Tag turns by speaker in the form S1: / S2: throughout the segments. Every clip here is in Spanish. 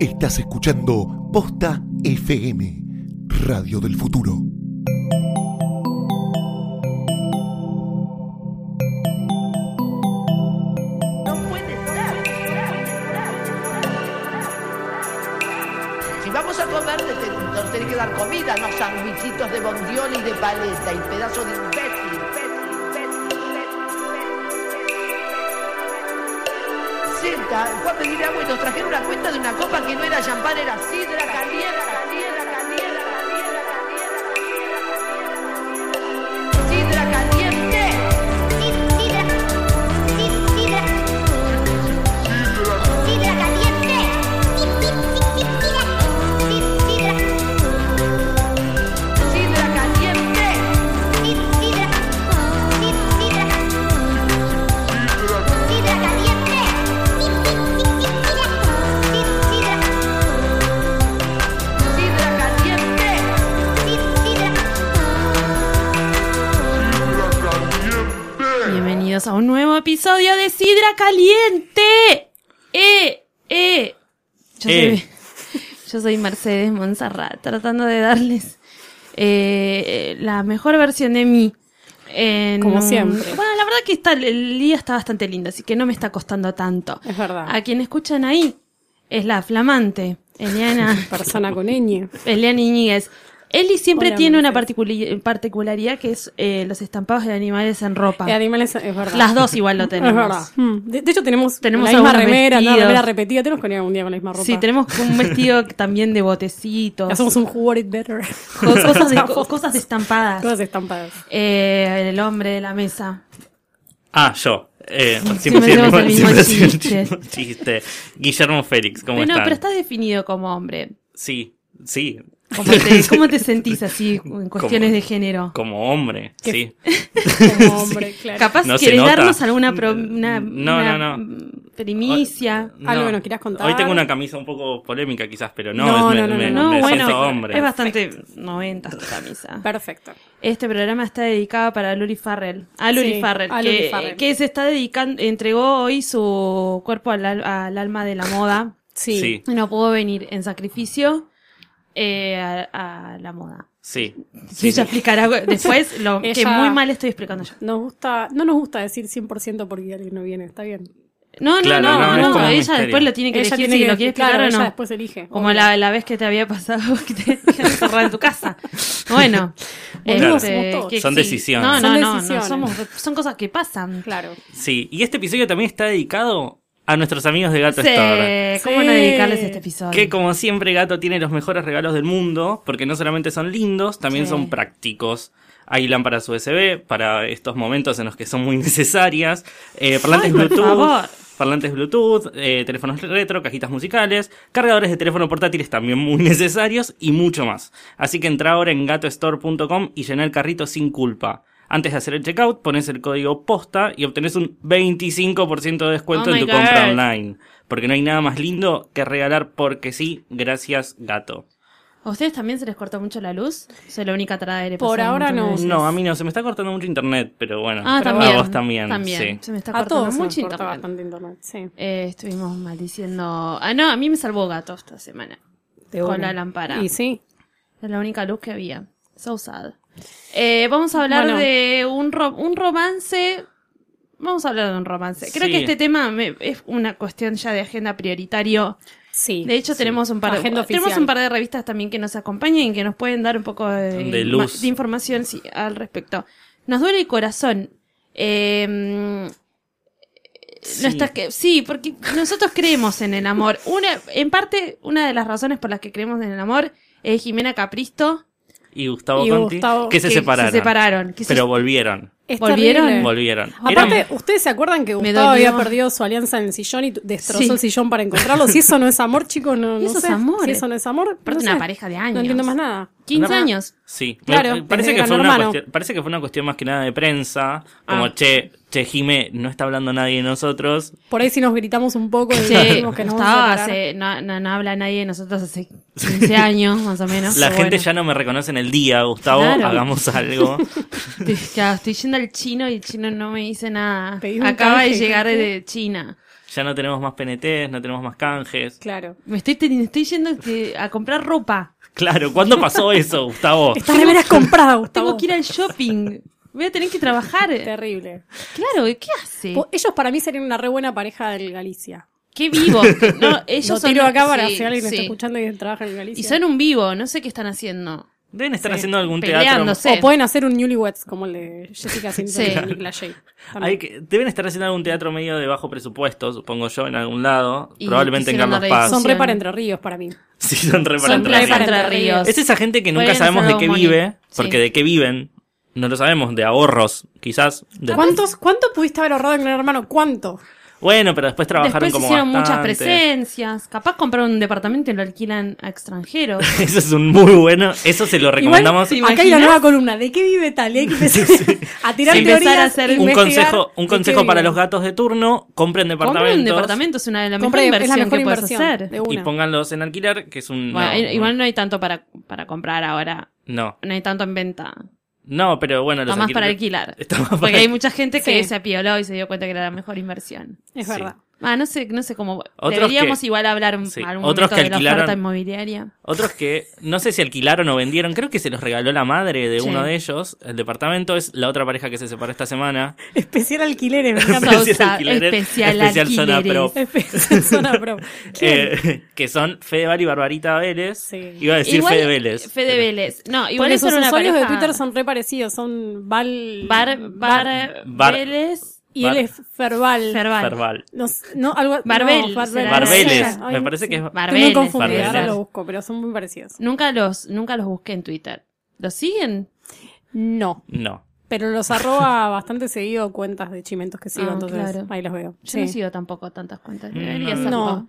S1: Estás escuchando Posta FM, Radio del Futuro.
S2: No puede ser. Si vamos a comer, te- te- nos tenés que dar comida, no sandwichitos de bondiol y de paleta y pedazo de imbécil. Zeta fue a pedir agua y nos trajeron una cuenta de una copa que no era champán, era sidra caliente, caliente, caliente, caliente, caliente, caliente. Sidra caliente. Sidra caliente. Sidra caliente.
S3: Bienvenidos a un nuevo episodio de Sidra Caliente. Eh, eh. Yo,
S4: Eh.
S3: Soy, yo soy Mercedes Monserrat, tratando de darles eh, la mejor versión de mí. En
S5: Como
S3: un-
S5: siempre.
S3: Bueno, la verdad que está, el día está bastante lindo, así que no me está costando tanto.
S5: Es verdad.
S3: A quien escuchan ahí es la flamante, Eliana.
S5: Persona con ñ.
S3: Eliana Iñiguez. Eli siempre
S5: Hola,
S3: tiene una
S5: Mercedes.
S3: particuli- particularidad que es eh, los estampados de animales en ropa.
S5: Eh, animales, es verdad.
S3: Las dos igual lo
S5: Es verdad.
S3: tenemos.
S5: Mm. De, de hecho, tenemos,
S3: Tenemos
S5: la misma
S3: algunos
S5: remera, la
S3: vestidos.
S5: remera repetida. Tenemos que venir algún día con la misma ropa.
S3: Sí, tenemos un vestido también de botecitos.
S5: Hacemos un Who Wore It Better.
S3: co- cosas, de- co- cosas estampadas.
S5: Todas estampadas.
S3: Eh, el hombre de la mesa.
S4: Ah, yo. Eh,
S3: Siempre
S4: sí,
S3: hacemos el mismo
S4: siempre hacía el
S3: chiste.
S4: mismo chiste. Guillermo Félix, ¿cómo
S3: Pero, no,
S4: están?
S3: pero estás definido como hombre.
S4: Sí, sí,
S3: ¿Cómo te, cómo te sentís así en cuestiones de género?
S4: como hombre,
S5: ¿Qué?
S4: sí.
S5: Como hombre, claro.
S3: Capaz
S4: No se
S3: querés
S4: nota. Mm,
S3: darnos alguna pro- una-
S4: No,
S3: una
S4: no, no.
S3: primicia.
S5: Algo que nos quieras contar.
S4: Hoy tengo una camisa un poco polémica quizás, pero no,
S5: No,
S4: me,
S5: no, no,
S4: me-
S3: No,
S4: me
S3: bueno,
S4: siento hombre.
S3: es bastante 90 tu camisa.
S5: Perfecto.
S3: Este programa está dedicado para Luli Farrell. A Luli
S5: Sí,
S3: Farrell,
S5: a
S3: que,
S5: Luli Farrell.
S3: que se está dedicando, entregó hoy su cuerpo al, al- al alma de la moda.
S5: Sí.
S4: Sí,
S3: No pudo venir en sacrificio eh, a, a la moda.
S4: sí.
S3: Sí, ella explicará después lo que
S5: Ella-
S3: muy mal estoy explicando yo.
S5: Nos gusta, no nos gusta decir 100% porque alguien no viene, está bien.
S3: No, no,
S4: Claro,
S3: no,
S4: no,
S3: no,
S4: es como un
S3: ella
S4: misterio.
S3: después lo tiene que elegir si lo quiere explicar
S5: claro,
S3: o
S5: ella
S3: no.
S5: después elige.
S3: Como
S5: obvio.
S3: la, la vez que te había pasado que te dejaron cerrar en tu casa. Bueno,
S5: Boludos
S3: este,
S5: somos todos.
S3: que
S4: Son
S3: sí.
S4: decisiones.
S3: No, no, no,
S5: Son
S3: no,
S5: decisiones.
S3: somos- son cosas que pasan.
S5: Claro.
S4: Sí, y este episodio también está dedicado a nuestros amigos de Gato
S3: Sí,
S4: Store.
S3: ¿Cómo
S5: Sí.
S3: no dedicarles este episodio?
S4: Que como siempre Gato tiene los mejores regalos del mundo, porque no solamente son lindos, también
S3: Sí.
S4: son prácticos. Hay lámparas USB para estos momentos en los que son muy necesarias, eh, parlantes
S3: Ay, por
S4: Bluetooth,
S3: favor.
S4: parlantes Bluetooth, eh, teléfonos retro, cajitas musicales, cargadores de teléfono portátiles también muy necesarios y mucho más. Así que entra ahora en gatostore.com y llena el carrito sin culpa. Antes de hacer el checkout, pones el código posta y obtenés un 25% de descuento
S3: Oh
S4: en
S3: my
S4: tu compra
S3: God.
S4: online online, Porque no hay nada más lindo que regalar porque sí, gracias gato.
S3: ¿A ustedes también se les cortó mucho la luz? Soy la única tarada de le
S5: Por
S3: pasó un
S5: ahora
S3: montón de
S5: no.
S3: veces.
S4: No, a mí no, se me está cortando mucho internet, pero bueno.
S3: Ah,
S5: Pero
S3: también.
S4: A vos también, sí.
S3: Se me está
S5: A
S3: cortando
S5: todos se nos
S3: mucho
S5: corta
S3: internet.
S5: bastante internet, sí.
S3: Eh, estuvimos maldiciendo... Ah, no, a mí me salvó gato esta semana. Con la lámpara.
S5: Y sí.
S3: Es la única luz que había. So sad. Eh, vamos a hablar
S5: Bueno.
S3: de un, ro- un romance. Vamos a hablar de un romance. Creo
S4: Sí.
S3: que este tema me- es una cuestión ya de agenda prioritario.
S5: Sí.
S3: De hecho, tenemos un par de
S5: Agenda
S3: tenemos
S5: oficial.
S3: un par de revistas también que nos acompañan y que nos pueden dar un poco de,
S4: De luz.
S3: ma- de información sí, al respecto. Nos duele el corazón. Eh,
S4: Sí.
S3: nuestra que- sí, porque nosotros creemos en el amor. Una, en parte, una de las razones por las que creemos en el amor es Jimena Capristo,
S4: Y Gustavo
S5: Y
S4: Conti,
S5: Gustavo-
S4: que se
S3: que
S4: separaron.
S3: se separaron. Que se-
S4: Pero volvieron.
S5: Es
S3: ¿Volvieron?
S5: terrible.
S4: Volvieron.
S5: Aparte,
S4: Eran-
S5: ¿ustedes se acuerdan que Gustavo
S3: dolió.
S5: había perdido su alianza en el sillón y tu- destrozó
S3: Sí.
S5: el sillón para encontrarlo? Si eso no es amor, chicos, no,
S3: Y
S5: no
S3: eso
S5: sé.
S3: es amor.
S5: Si eso no es amor,
S3: aparte
S5: no
S3: una
S5: sé.
S3: pareja de años.
S5: No entiendo más nada.
S3: 15 años.
S4: Sí,
S5: Claro,
S4: Me- parece,
S5: desde
S4: que
S5: Gran
S4: fue una
S5: Hermano.
S4: cuestión, parece que fue una cuestión más que nada de prensa, como
S3: Ah.
S4: che, che Jime, no está hablando nadie de nosotros.
S5: Por ahí si nos gritamos un poco y
S3: Che,
S5: decimos que nos
S3: Gustavo,
S5: vamos a separar.
S3: hace- no, no- no habla nadie de nosotros hace 15 años, más o menos.
S4: La gente
S3: Bueno.
S4: ya no me reconoce en el día, Gustavo,
S3: Claro.
S4: hagamos algo.
S3: Estoy, claro, estoy yendo al chino y el chino no me dice nada.
S5: Pedí un
S3: Acaba de
S5: canje,
S3: llegar
S5: ¿qué?
S3: de China.
S4: ya no tenemos más PNTs, no tenemos más canjes.
S5: Claro.
S3: Me estoy, teni- estoy yendo este, a comprar ropa.
S4: Claro, ¿cuándo pasó eso, Gustavo?
S5: Esta remera es comprada, Gustavo.
S3: Tengo que ir al shopping. Voy a tener que trabajar.
S5: Terrible.
S3: Claro, ¿qué hace?
S5: Po- Ellos para mí serían una re buena pareja del Galicia.
S3: Qué vivo. No, ellos
S5: Lo
S3: son-
S5: tiro acá para
S3: sí,
S5: si alguien está
S3: sí.
S5: escuchando y trabaja en Galicia.
S3: Y son un vivo, no sé qué están haciendo.
S4: Deben estar
S5: Sí,
S4: haciendo algún teatro.
S3: peleándose.
S5: O pueden hacer un Newlyweds como el de Jessica Simpson
S3: Sí.
S5: y Nicolas Shea.
S4: Hay que- deben estar haciendo algún teatro medio de bajo presupuesto, supongo yo, en algún lado.
S3: Y
S4: Probablemente en
S3: quisieron
S4: Carlos
S3: la
S4: Paz.
S5: Son
S3: Son-
S5: re para Entre Ríos para mí.
S4: Sí, son re para
S3: Son
S4: entrar.
S3: re para
S5: Entre
S3: Entre
S5: Ríos.
S3: Ríos.
S4: Es esa gente que nunca
S3: Podrían
S4: sabemos
S3: hacer
S4: de qué
S3: algo
S4: vive,
S3: bonito.
S4: porque
S3: Sí.
S4: de qué viven, no lo sabemos, de ahorros, quizás. de-
S5: ¿Cuántos, ¿Cuánto pudiste haber ahorrado en Gran Hermano? ¿Cuánto?
S4: Bueno, pero después trabajaron
S3: Después
S4: como
S3: hicieron muchas
S4: bastante.
S3: presencias. Capaz compraron un departamento y lo alquilan a extranjeros.
S4: Eso es un muy bueno, eso se lo recomendamos.
S5: Igual, acá hay una nueva columna. ¿De qué vive tal? eh? Que empezar A tirar
S4: Sí.
S5: teorías,
S3: Empezar a hacer-
S4: un
S5: investigar
S4: consejo,
S5: de
S4: un
S5: qué
S4: consejo para
S5: viven.
S4: los gatos de turno, compren departamentos
S3: Comprar un departamento es una de las
S5: Compre-
S3: mejores
S5: es la
S3: inversiones
S5: mejor
S3: que puedes
S5: inversión.
S3: hacer.
S5: De
S4: y
S5: una.
S4: pónganlos en alquilar, que es un
S3: Bueno,
S4: no,
S3: hay- igual no hay tanto para, para comprar ahora.
S4: no.
S3: No hay tanto en venta.
S4: No, pero bueno,
S3: Está
S4: los
S3: más para
S4: alquileres-
S3: alquilar.
S4: Está más para
S3: Porque hay mucha gente que
S5: Sí.
S3: se apioló y se dio cuenta que era la mejor inversión.
S5: Es
S4: Sí.
S5: verdad.
S3: Ah, no sé, no sé cómo.
S4: Otros
S3: Deberíamos
S4: que-
S3: igual hablar un,
S4: sí,
S3: algún
S4: otros
S3: momento
S4: que
S3: de la
S4: alquilaron-
S3: oferta inmobiliaria.
S4: Otros que no sé si alquilaron o vendieron, creo que se los regaló la madre de
S3: Sí.
S4: uno de ellos. El departamento es la otra pareja que se separó esta semana.
S5: Especial alquileres, me encanta.
S3: Sausa,
S4: Especial alquileres,
S3: especial
S4: especial zona
S3: alquileres.
S4: pro.
S5: Especial zona pro. ¿Quién?
S4: Eh, que son Fedeval y Barbarita Vélez.
S5: Sí.
S4: Iba a decir
S3: Igual-
S4: Fede Vélez.
S3: Fede
S4: pero-
S3: Vélez. No, igual
S5: Porque
S3: eso
S5: sus
S3: era una
S5: usuarios de
S3: pareja-
S5: Twitter son re parecidos. Son Val.
S3: Bar, bar,
S4: Bar-
S3: Vélez,
S5: Y
S4: Bar-
S5: él es Ferval.
S3: Ferval.
S4: Ferval.
S5: No, s- no, algo,
S3: Barbel,
S5: no, Barbel.
S3: será.
S4: Barbeles.
S5: Ay,
S4: Me parece
S5: sí.
S4: que es.
S3: Bar-
S5: Estoy muy
S3: Barbeles.
S5: confundida, ahora
S4: Barbeles.
S5: lo busco, pero son muy parecidos.
S3: Nunca los, nunca los busqué en Twitter. ¿Los siguen?
S5: No,
S4: No.
S5: pero los arroba bastante seguido cuentas de chimentos que sigo,
S3: Ah,
S5: entonces
S3: claro.
S5: ahí los veo.
S3: Yo
S5: Sí.
S3: no sigo tampoco tantas cuentas. Debería
S4: Mm, No.
S3: ser
S5: No.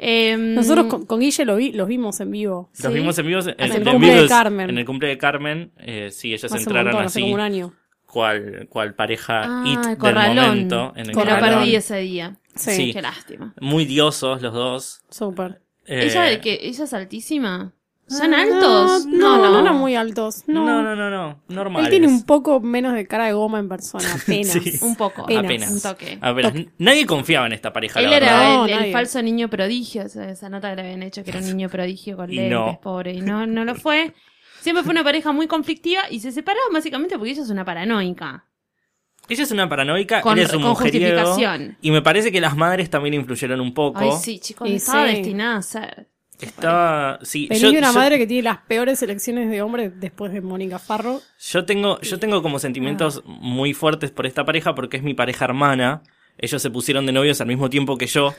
S3: Em,
S5: Nosotros con, con Guille lo vi, los vimos en vivo.
S4: Los
S3: Sí.
S4: vimos en vivo en,
S5: el
S4: en
S5: cumple
S4: vivo
S5: de
S4: es-
S5: Carmen.
S4: En el cumple de Carmen, eh, sí, ellos
S5: Hace un
S4: entraron
S5: montón, hace
S4: así,
S5: como un año.
S4: cual, cual pareja
S3: Ah,
S4: it
S3: el
S4: del
S3: corralón.
S4: momento. En el
S3: que lo
S5: Corralón.
S3: perdí ese día.
S5: Sí,
S4: Sí.
S3: Qué lástima.
S4: Muy diosos los dos.
S5: súper. Ah,
S4: Eh,
S3: ¿Ella, de que, ¿Ella es altísima? ¿Son altos?
S5: No, no, no,
S3: no.
S5: eran muy altos. No,
S4: No, no, no, no. Normales.
S5: Él tiene un poco menos de cara de goma en persona, apenas.
S4: Sí.
S3: Un poco.
S5: Apenas.
S3: Un toque.
S4: Apenas. Nadie confiaba en esta pareja,
S3: Él
S4: la verdad.
S3: era
S5: No,
S3: el, el
S5: nadie.
S3: falso niño prodigio, esa, esa nota que le habían hecho que era un niño prodigio con
S4: Y
S3: lentes,
S4: no.
S3: pobre, y no, no lo fue. Siempre fue una pareja muy conflictiva y se separaron básicamente porque ella es una paranoica.
S4: Ella es una paranoica,
S3: Con-
S4: él es un
S3: con
S4: mujeriego,
S3: justificación.
S4: Y me parece que las madres también influyeron un poco.
S3: Ay, sí, chicos,
S5: Y
S3: estaba
S5: sí.
S3: destinada a ser.
S4: Estaba. Sí,
S5: Vení
S4: yo,
S5: de una
S4: yo-
S5: madre que tiene las peores elecciones de hombre después de Mónica Farro.
S4: yo tengo, yo tengo como sentimientos
S5: Ah.
S4: muy fuertes por esta pareja porque es mi pareja hermana. Ellos se pusieron de novios al mismo tiempo que yo.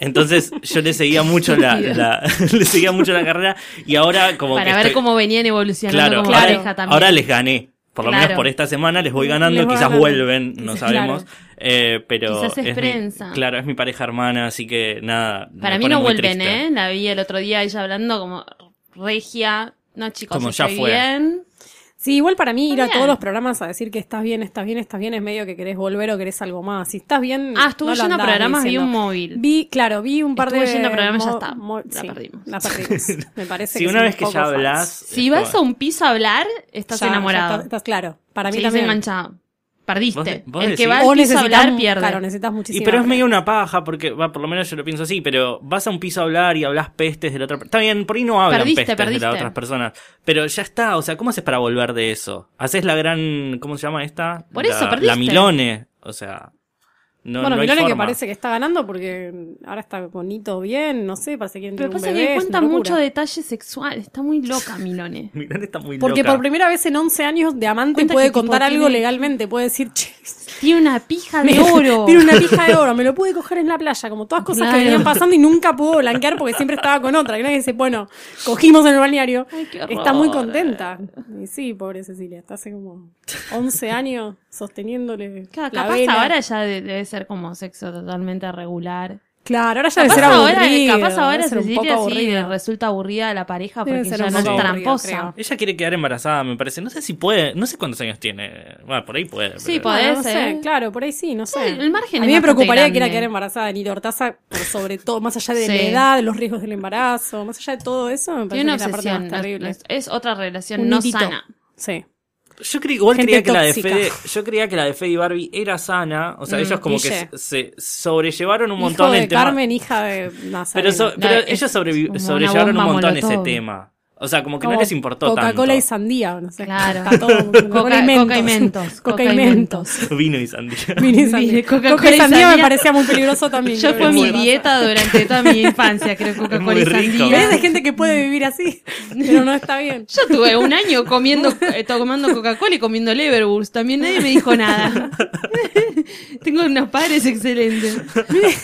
S4: Entonces yo le seguía mucho la, la- le seguía mucho la carrera. Y ahora como
S3: Para
S4: que
S3: ver
S4: estoy-
S3: cómo venían evolucionando
S4: Claro,
S3: como
S4: ahora,
S3: pareja también.
S4: ahora les gané. Por lo menos
S3: Claro.
S4: por esta semana les voy ganando,
S5: Les voy
S4: quizás
S5: ganando.
S4: vuelven, no
S5: Quizás,
S4: sabemos. Eh, pero
S3: Quizás es
S4: mi-
S3: prensa.
S4: claro, es mi pareja hermana, así que nada. me
S3: Para mí
S4: pone
S3: no
S4: muy
S3: vuelven,
S4: triste.
S3: ¿eh? La vi el otro día ella hablando como regia. No, chicos,
S4: Como ya
S3: estoy
S4: fue.
S3: bien.
S5: Sí, igual para mí ir
S3: Está
S5: a
S3: bien.
S5: todos los programas a decir que estás bien, estás bien, estás bien es medio que querés volver o querés algo más. Si estás bien.
S3: Ah, estuvo
S5: Mm, no
S3: yendo
S5: lo
S3: a
S5: andás
S3: programas, vi
S5: diciendo.
S3: un móvil.
S5: Vi, claro, vi un par
S3: Estuvo
S5: de.
S3: yendo a programas, ya
S5: mo-
S3: está.
S5: mo-
S3: La
S5: sí,
S3: perdimos.
S5: La perdimos. Me parece
S4: Si
S5: que
S4: una
S5: es
S4: vez
S5: un
S4: que
S5: poco
S4: ya
S5: falso.
S4: hablas.
S3: Si
S4: es
S3: vas
S4: como-
S3: a un piso a hablar,
S5: Ya-
S3: estás
S5: ya
S3: enamorado.
S5: estás, estás claro. Para mí
S3: Sí,
S5: también.
S3: enganchado. Perdiste.
S4: ¿Vos de- vos
S3: el que
S4: decís?
S3: va
S5: o
S3: al piso a
S5: necesitas,
S3: hablar pierde.
S5: Claro, necesitas
S4: Y
S5: muchísimo.
S4: pero es medio una paja, porque va, por lo menos yo lo pienso así, pero vas a un piso a hablar y hablas pestes de la otra persona. Está bien, por ahí no hablan
S3: Perdiste,
S4: pestes de las
S3: perdiste.
S4: otras personas. Pero ya está, o sea, ¿cómo haces para volver de eso? Haces la gran, ¿cómo se llama esta?
S3: Por
S4: La-
S3: eso, perdiste.
S4: La Milone. O sea, no,
S5: bueno,
S4: no hay
S5: Milone que
S4: forma.
S5: parece que está ganando porque ahora está bonito, bien, no sé, parece que quieren
S3: Pero
S5: tener un
S3: pasa
S5: bebé,
S3: que
S5: es
S3: cuenta
S5: una locura.
S3: mucho detalle sexual. Está muy loca, Milone.
S4: Milone está muy
S5: Porque
S4: loca.
S5: por primera vez en 11 años de amante
S3: Cuenta
S5: puede
S3: que, tipo,
S5: contar algo
S3: tiene-
S5: legalmente, puede decir, che,
S3: Tiene una pija de
S5: me-
S3: oro.
S5: tiene una pija de oro, me lo pude coger en la playa, como todas cosas
S3: Claro.
S5: que venían pasando y nunca pudo blanquear porque siempre estaba con otra. Y nadie dice, bueno, cogimos en el balneario.
S3: Ay, qué horror.
S5: está muy contenta. Y sí, pobre Cecilia, está hace como 11 años sosteniéndole
S3: Claro,
S5: la
S3: capaz
S5: vela.
S3: ahora ya de- debe ser como sexo totalmente regular.
S5: Claro, ahora ya
S3: Capaz
S5: debe ser
S3: ahora,
S5: aburrido.
S3: capaz ahora
S5: debe ser un
S3: Cecilia
S5: poco
S3: sí
S5: aburrido.
S3: resulta aburrida de la pareja
S5: Debe
S3: porque
S5: ser
S3: ya
S5: un
S3: no es
S5: poco aburrido,
S3: tramposa.
S4: Ella quiere quedar embarazada, me parece. No sé si puede, no sé cuántos años tiene. Bueno, por ahí puede.
S3: Sí,
S4: pero-
S3: puede.
S5: Bueno, no
S3: ser.
S5: sé, claro, por ahí sí, no sé.
S3: Sí, el margen es
S5: A mí me
S3: bastante
S5: preocuparía que
S3: grande.
S5: era quedar embarazada de Nilo Hortaza, por sobre todo, más allá de la
S3: Sí.
S5: edad, de los riesgos del embarazo, más allá de todo eso, me parece
S3: Tiene una
S5: que es la parte
S3: obsesión.
S5: más
S3: no-
S5: terrible.
S3: es, es otra relación
S5: Un
S3: no
S5: nidito.
S3: sana.
S5: Sí.
S4: Yo creí, igual
S5: Gente
S4: creía que la de
S5: tóxica.
S4: Fede, yo creía que la de Fede y Barbie era sana. O sea, ellos como que
S5: Guille.
S4: se, se sobrellevaron un
S5: Hijo
S4: montón
S5: de
S4: el tema.
S5: Carmen, hija de Nazareno.
S4: Pero, so-
S3: No,
S4: pero
S3: es
S4: ellos sobrevi-
S3: como una
S4: sobrellevaron un
S3: bomba
S4: montón
S3: molotov.
S4: ese tema. O sea, como que
S5: Como
S4: no les importó
S5: Coca-Cola
S4: tanto.
S5: y sandía, no sé.
S3: Claro.
S5: Está todo-
S3: Coca- coca y mentos,
S5: Coca
S3: coca
S5: y
S3: y
S5: mentos.
S4: Vino y sandía.
S5: Mini
S3: Mire,
S5: sandía.
S3: Coca-Cola
S5: Coca y
S3: y
S5: sandía me
S3: sandía.
S5: parecía muy peligroso también.
S3: Yo
S5: creo
S3: fue
S5: que
S3: mi
S5: pasa.
S3: dieta durante toda mi infancia, creo que
S4: muy
S3: Coca-Cola y
S4: rico.
S5: ¿Ves?
S3: sandía.
S5: Hay gente que puede vivir así, pero no está bien.
S3: Yo tuve un año comiendo, eh, tomando Coca-Cola y comiendo Leverwurst. También nadie me dijo nada. Tengo unos padres excelentes.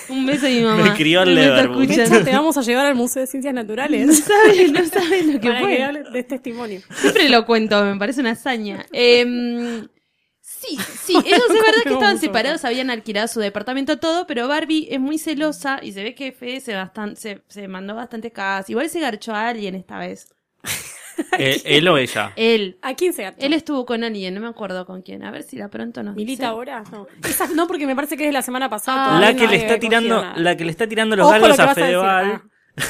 S3: Un beso a mi mamá.
S4: Me crió el
S3: No está
S4: Leverwurst.
S3: escuchando.
S5: Mecha, te vamos a llevar al Museo de Ciencias
S3: No
S5: Naturales.
S3: saben, no saben lo que
S5: para que
S3: fue.
S5: hable de este testimonio.
S3: Siempre lo cuento, me parece una hazaña. Em, sí, sí, ellos es verdad que estaban separados, habían alquilado su departamento todo, pero Barbie es muy celosa y se ve que Fede se, bastan- se, se mandó bastante cagas. Igual se garchó a alguien esta vez.
S4: Eh, él o ella.
S3: Él.
S5: ¿A quién se gastó?
S3: Él estuvo con alguien, no me acuerdo con quién. A ver si la pronto nos
S5: ¿Milita
S3: dice.
S5: ahora? No. Esa- no, porque me parece que es de la semana pasada.
S3: Ah.
S5: todavía
S4: La
S5: no
S4: que le
S5: había
S4: está
S5: cogido
S4: tirando,
S5: nada.
S4: la que le está tirando los
S5: Ojo lo
S4: galos
S5: que
S4: a
S5: vas a decir, ah.
S4: Fedeval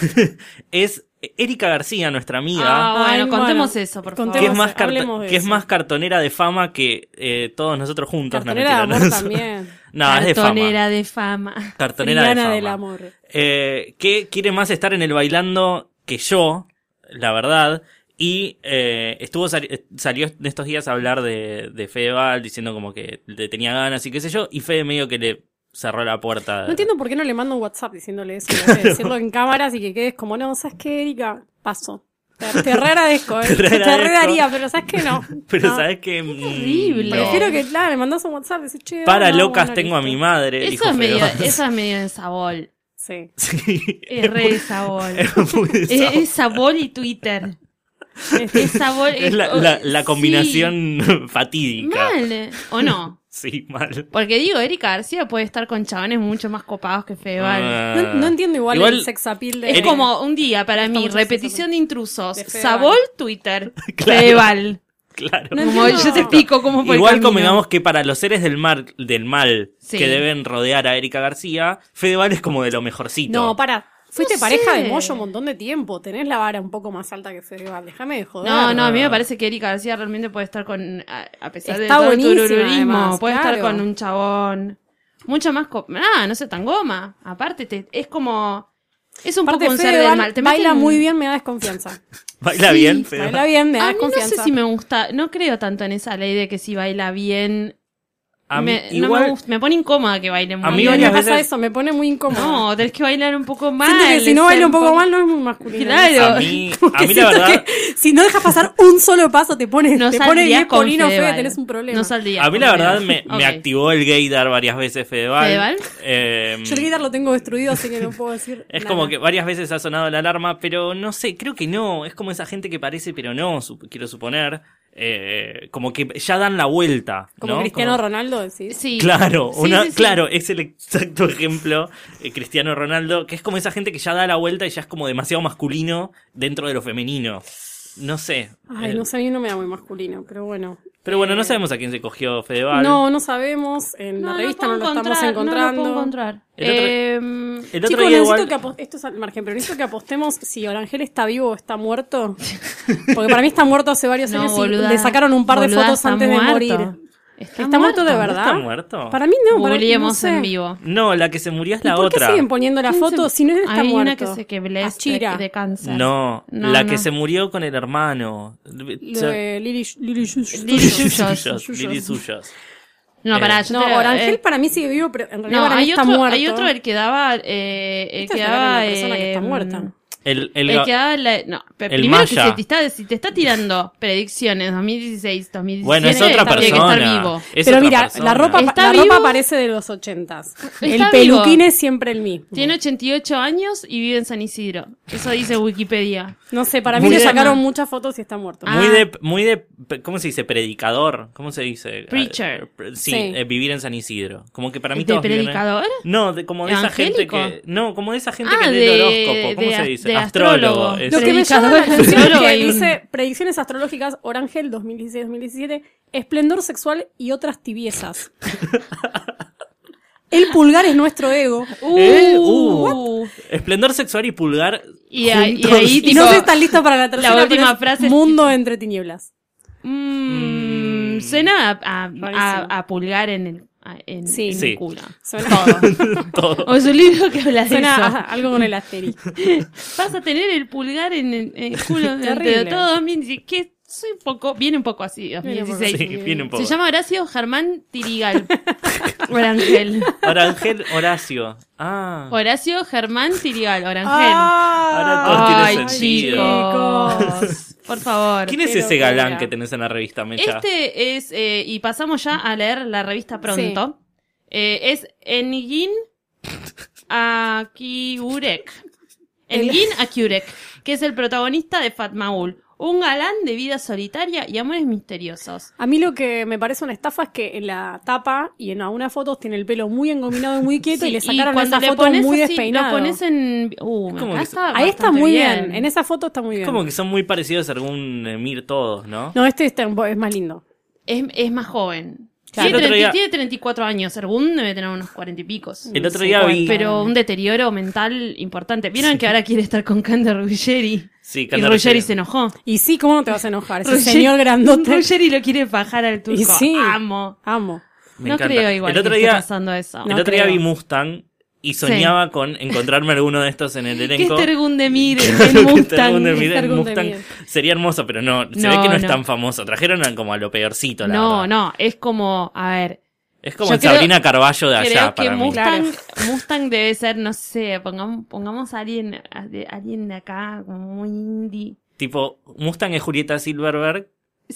S4: es Erika García, nuestra amiga.
S3: Ah, bueno,
S5: Ay,
S3: contemos
S5: bueno.
S3: eso, por
S4: que es
S5: Contemos.
S3: favor.
S4: más, carto-
S5: hablemos de
S4: que es
S5: eso.
S4: más cartonera de fama que eh, todos nosotros juntos. no,
S5: Cartonera de
S4: mentira,
S5: amor
S4: no.
S5: también.
S4: No, es de fama.
S3: Cartonera de fama.
S4: Cartonera de
S5: Triana
S4: fama.
S5: del amor.
S4: Eh, que quiere más estar en el bailando que yo, la verdad. Y eh, estuvo sali- eh, salió en estos días a hablar de, de Fedeval, diciendo como que le tenía ganas y qué sé yo. Y Fede medio que le cerró la puerta.
S5: No entiendo por qué no le mando un WhatsApp diciéndole eso. no sé, decirlo en cámaras y que quedes como, no, ¿sabes qué, Erika? Paso. Te, te re agradezco, eh.
S4: Te
S5: te,
S4: re
S5: re
S4: agradezco.
S5: daría, pero ¿sabes qué? No.
S4: Pero
S5: No.
S4: sabes que...
S3: horrible.
S5: Prefiero que, claro, me mandas un WhatsApp decís, che,
S4: Para
S5: no,
S4: locas
S5: bueno,
S4: tengo a mi
S5: listo.
S4: madre.
S3: Eso
S4: dijo
S3: es, medio,
S4: Fedeval.
S3: eso es medio de sabor.
S5: Sí.
S4: Sí.
S3: Es re de sabor.
S4: Muy
S3: Es, es sabor y Twitter. Es sabor.
S4: Es la, la- la combinación
S3: sí.
S4: fatídica.
S3: Mal. eh. ¿O no?
S4: Sí, mal.
S3: Porque digo, Erika García puede estar con chabones mucho más copados que Fedeval.
S4: Ah.
S5: No, no entiendo igual,
S4: Igual
S5: el sex appeal de...
S3: es como un día para mí,
S5: Estamos
S3: repetición de intrusos.
S5: de Fedeval.
S3: sabor, Twitter,
S4: Claro.
S3: Fedeval.
S4: Claro.
S5: No
S3: Como
S5: entiendo.
S3: yo te explico cómo fue el
S4: Igual
S3: camino.
S4: convengamos que para los seres del, mar, del mal
S3: Sí.
S4: que deben rodear a Erika García, Fedeval es como de lo mejorcito.
S5: No, para. Fuiste
S3: No
S5: pareja
S3: sé.
S5: de Moyo un montón de tiempo. Tenés la vara un poco más alta que Fedeval. Déjame de joder.
S3: No, no, a
S4: Ah.
S3: mí me parece que Erika García realmente puede estar con. A, a pesar
S5: Está
S3: de todo el
S5: buenísima,
S3: turururismo,
S5: además,
S3: puede
S5: claro.
S3: estar con un chabón. Mucho más. co- Ah, no sé, tan goma. Aparte, te- es como. Es un
S5: Aparte,
S3: poco un ser
S5: Fedeval
S3: del mal. Te
S5: baila
S3: meten-
S5: muy bien, me da desconfianza.
S4: Baila
S3: sí,
S4: bien, Fedeval.
S5: baila bien, me
S3: A
S5: da
S3: mí no
S5: desconfianza.
S3: sé si me gusta. No creo tanto en esa ley de que si baila bien.
S4: A mí,
S3: me, no me
S4: igual,
S3: gust- me pone incómoda que baile muy
S4: A mí
S3: bien.
S5: No me
S4: varias
S5: pasa
S4: veces-
S5: eso, me pone muy incómoda.
S3: No, tenés que bailar un poco mal.
S5: Siento que si
S3: es
S5: no bailo un poco
S3: ser-
S5: mal no es muy masculino.
S3: Claro.
S4: a mí,
S5: Como
S4: a
S5: que
S4: mí la
S5: siento
S4: verdad,
S5: que si no dejas pasar un solo paso te pone,
S3: No
S5: te pone
S3: saldrías
S5: bien
S3: con
S5: polino feo,
S3: Fedeval.
S5: tenés un problema.
S3: No saldrías
S4: a mí
S3: con
S4: la verdad me,
S3: Fedeval.
S4: me
S3: Ok.
S4: activó el gaydar varias veces Fedeval.
S3: ¿Fedeval?
S4: Eh,
S5: Yo el guitar lo tengo destruido, así que no puedo decir
S4: Es
S5: nada.
S4: como que varias veces ha sonado la alarma, pero no sé, creo que no. Es como esa gente que parece, pero no, sup- quiero suponer. Eh, como que ya dan la vuelta.
S5: Como
S4: ¿no?
S5: Cristiano
S4: Como-
S5: Ronaldo decís.
S3: Sí.
S4: Claro,
S3: Sí,
S4: una,
S3: sí, sí.
S4: claro, es el exacto ejemplo, eh, Cristiano Ronaldo, que es como esa gente que ya da la vuelta y ya es como demasiado masculino dentro de lo femenino. No sé.
S5: Ay,
S4: Eh,
S5: no sé, a mí no me da muy masculino, pero bueno. Eh,
S4: Pero bueno, no sabemos a quién se cogió Fedeval.
S5: No, no sabemos, en
S3: No,
S5: la
S3: no
S5: revista
S3: puedo
S5: no lo estamos
S3: encontrar,
S5: encontrando.
S3: No lo puedo encontrar.
S4: El otro-
S3: Em,
S4: El otro
S5: Chicos,
S4: día
S5: necesito
S4: igual,
S5: que apos- esto es al margen, pero necesito que apostemos si Orangel está vivo o está muerto. Porque para mí está muerto hace varios
S3: no,
S5: años
S3: boluda,
S5: y le sacaron un par de
S3: boluda,
S5: fotos
S3: está
S5: antes
S3: muerto.
S5: de morir.
S3: Está,
S5: ¿Está muerto de
S4: ¿no
S5: verdad?
S4: está muerto?
S5: Para mí no, para mí no
S3: Googleemos
S5: sé.
S3: en vivo.
S4: No, la que se murió es
S5: ¿Y
S4: la
S5: ¿Por
S4: otra.
S5: qué siguen poniendo la
S3: ¿Quién se-
S5: foto si no está
S3: Hay
S5: muerto?
S3: una que se quebló
S5: Achira.
S3: de cáncer.
S4: No,
S3: No,
S4: la
S3: no.
S4: que se murió con el hermano.
S5: Lo de Lili, Lili Yush-
S3: Lili
S5: Yush.
S3: Yush. Suyos.
S4: Lili Suyos.
S3: No, pará,
S4: Eh,
S3: yo
S5: No,
S3: te-
S5: Orangel
S3: eh,
S5: para mí sigue vivo, pero en realidad
S3: no,
S5: para mí
S3: hay
S5: está
S3: otro,
S5: muerto.
S3: hay otro el que daba eh, el
S5: Esta
S3: que
S5: es la
S3: daba
S5: persona que está
S3: em,
S5: muerta.
S4: El, el,
S3: El
S4: ga-
S3: que haga la- no, pero
S4: el
S3: primero que
S4: Maya.
S3: si te, está, si te está tirando predicciones 2016, 2017,
S4: bueno, es otra
S3: tiene que
S4: persona.
S3: estar vivo.
S4: Es
S5: Pero
S4: otra
S5: mira, la
S4: persona.
S5: ropa,
S3: ¿Está
S5: la
S3: vivo?
S5: ropa parece de los ochentas. El
S3: vivo.
S5: peluquín es siempre el mismo.
S3: Tiene 88 años y vive en San Isidro. Eso dice Wikipedia.
S5: No sé, para mí
S4: Muy
S5: le
S4: bien.
S5: sacaron muchas fotos y está muerto.
S3: Ah.
S4: Muy de, muy de, ¿cómo se dice? Predicador. ¿Cómo se dice?
S3: Preacher.
S4: Ah, pre- Sí,
S5: Sí.
S4: eh, vivir en San Isidro. Como que para mí
S3: ¿De
S4: todos viven en-
S3: Este predicador?
S4: No, de, como de esa gente
S3: ¿Evangélico?
S4: que. No, como de esa gente
S3: Ah,
S4: que lee el
S3: de-
S4: horóscopo. ¿Cómo
S3: de
S4: se
S3: a-
S4: dice?
S3: de
S4: astrólogo.
S3: astrólogo.
S4: es.
S5: Lo que me llama la
S3: Predicador.
S5: atención es que
S3: Psicólogo y un-
S5: dice predicciones astrológicas Orangel 2016-2017, esplendor sexual y otras tibiezas. El pulgar es nuestro ego.
S4: ¿Eh?
S3: Uh.
S4: Esplendor sexual y pulgar.
S3: Y, a- y
S4: juntos.
S3: ahí,
S5: Y
S3: tipo,
S5: no sé si estás lista para la tercera
S3: última
S5: pero es
S3: frase es
S5: Mundo entre tinieblas.
S3: mm, suena a, a-
S5: Rarísimo.
S3: a- a pulgar en el, a- en, en
S5: Sí.
S3: el
S4: Sí.
S3: culo.
S5: Suena,
S4: Todo.
S3: O es un libro que habla de
S5: suena
S3: eso.
S5: a- algo con el asterisco.
S3: Vas a tener el pulgar en el, en el culo de
S5: Terrible.
S3: todo 2016. Que soy un poco, viene un poco así,
S5: Viene un poco
S3: 2016.
S4: Sí, viene un poco.
S3: Se llama Horacio Germán Tirigal. Orangel.
S4: Orangel Horacio. Ah.
S3: Horacio Germán Tirigal, Orangel.
S5: Ah,
S4: Ahora todo
S3: Ay,
S4: tiene sentido.
S3: chicos. Por favor.
S4: ¿Quién es
S5: qué
S4: ese galán
S5: locura.
S4: que tenés en la revista, Mecha?
S3: Este es, eh, y pasamos ya a leer la revista pronto. Eh, es Engin Akiurek. Engin Akiurek, que es el protagonista de Fatmaul. Un galán de vida solitaria y amores misteriosos.
S5: A mí lo que me parece una estafa es que en la tapa y en algunas fotos tiene el pelo muy engominado y muy quieto
S3: Sí,
S5: y le sacaron
S3: cuando
S5: esa
S3: le
S5: foto
S3: pones
S5: muy
S3: así,
S5: despeinado.
S3: Lo pones en. Uh,
S4: como
S3: acá
S4: que-
S3: está
S5: Ahí está
S3: bastante
S5: muy bien. En esa foto está muy bien.
S4: Como que son muy parecidos a algún Emir todos, ¿no?
S5: No, este está un po- es más lindo.
S3: Es, es más joven.
S4: Claro, el
S3: tiene,
S4: otro
S3: 30
S4: día-
S3: tiene 34 años. Ergun debe tener unos 40 y picos.
S4: El otro día vi.
S3: Pero un deterioro mental importante. ¿Vieron que ahora quiere estar con Kander Ruggeri?
S4: Sí,
S3: y
S4: Candor
S3: Ruggeri
S4: Jenner.
S3: se enojó.
S5: Y sí, ¿cómo no te vas a enojar? Ese
S3: Ruggeri-
S5: señor grandote.
S3: Ruggeri lo quiere bajar al turco.
S5: Y sí.
S3: Amo.
S5: Amo.
S4: Me
S3: no
S4: encanta.
S3: creo igual
S4: El otro
S3: que
S4: día,
S3: esté pasando eso.
S4: el
S5: No
S4: otro día
S5: creo.
S4: vi Mustang y soñaba con encontrarme alguno de estos en el
S3: ¿Qué es
S4: elenco.
S3: Tergun este de Mir?
S4: Que
S3: El Mustang.
S4: Tergun de Mil-
S5: Tergun de
S4: Mustang
S5: Mil.
S4: sería hermoso, pero no, se
S3: No,
S4: ve que no es
S3: no.
S4: tan famoso. Trajeron a- como a lo peorcito, la
S3: No,
S4: verdad.
S3: no. Es como, a ver,
S4: Es como
S3: Yo
S4: el
S3: creo-
S4: Sabrina Carballo de
S3: creo
S4: allá
S3: que
S4: para mí.
S3: Mustang, Mustang debe ser, no sé, pongamos, pongamos a alguien, a de- alguien de acá, como muy indie.
S4: Tipo, Mustang es Julieta Silverberg,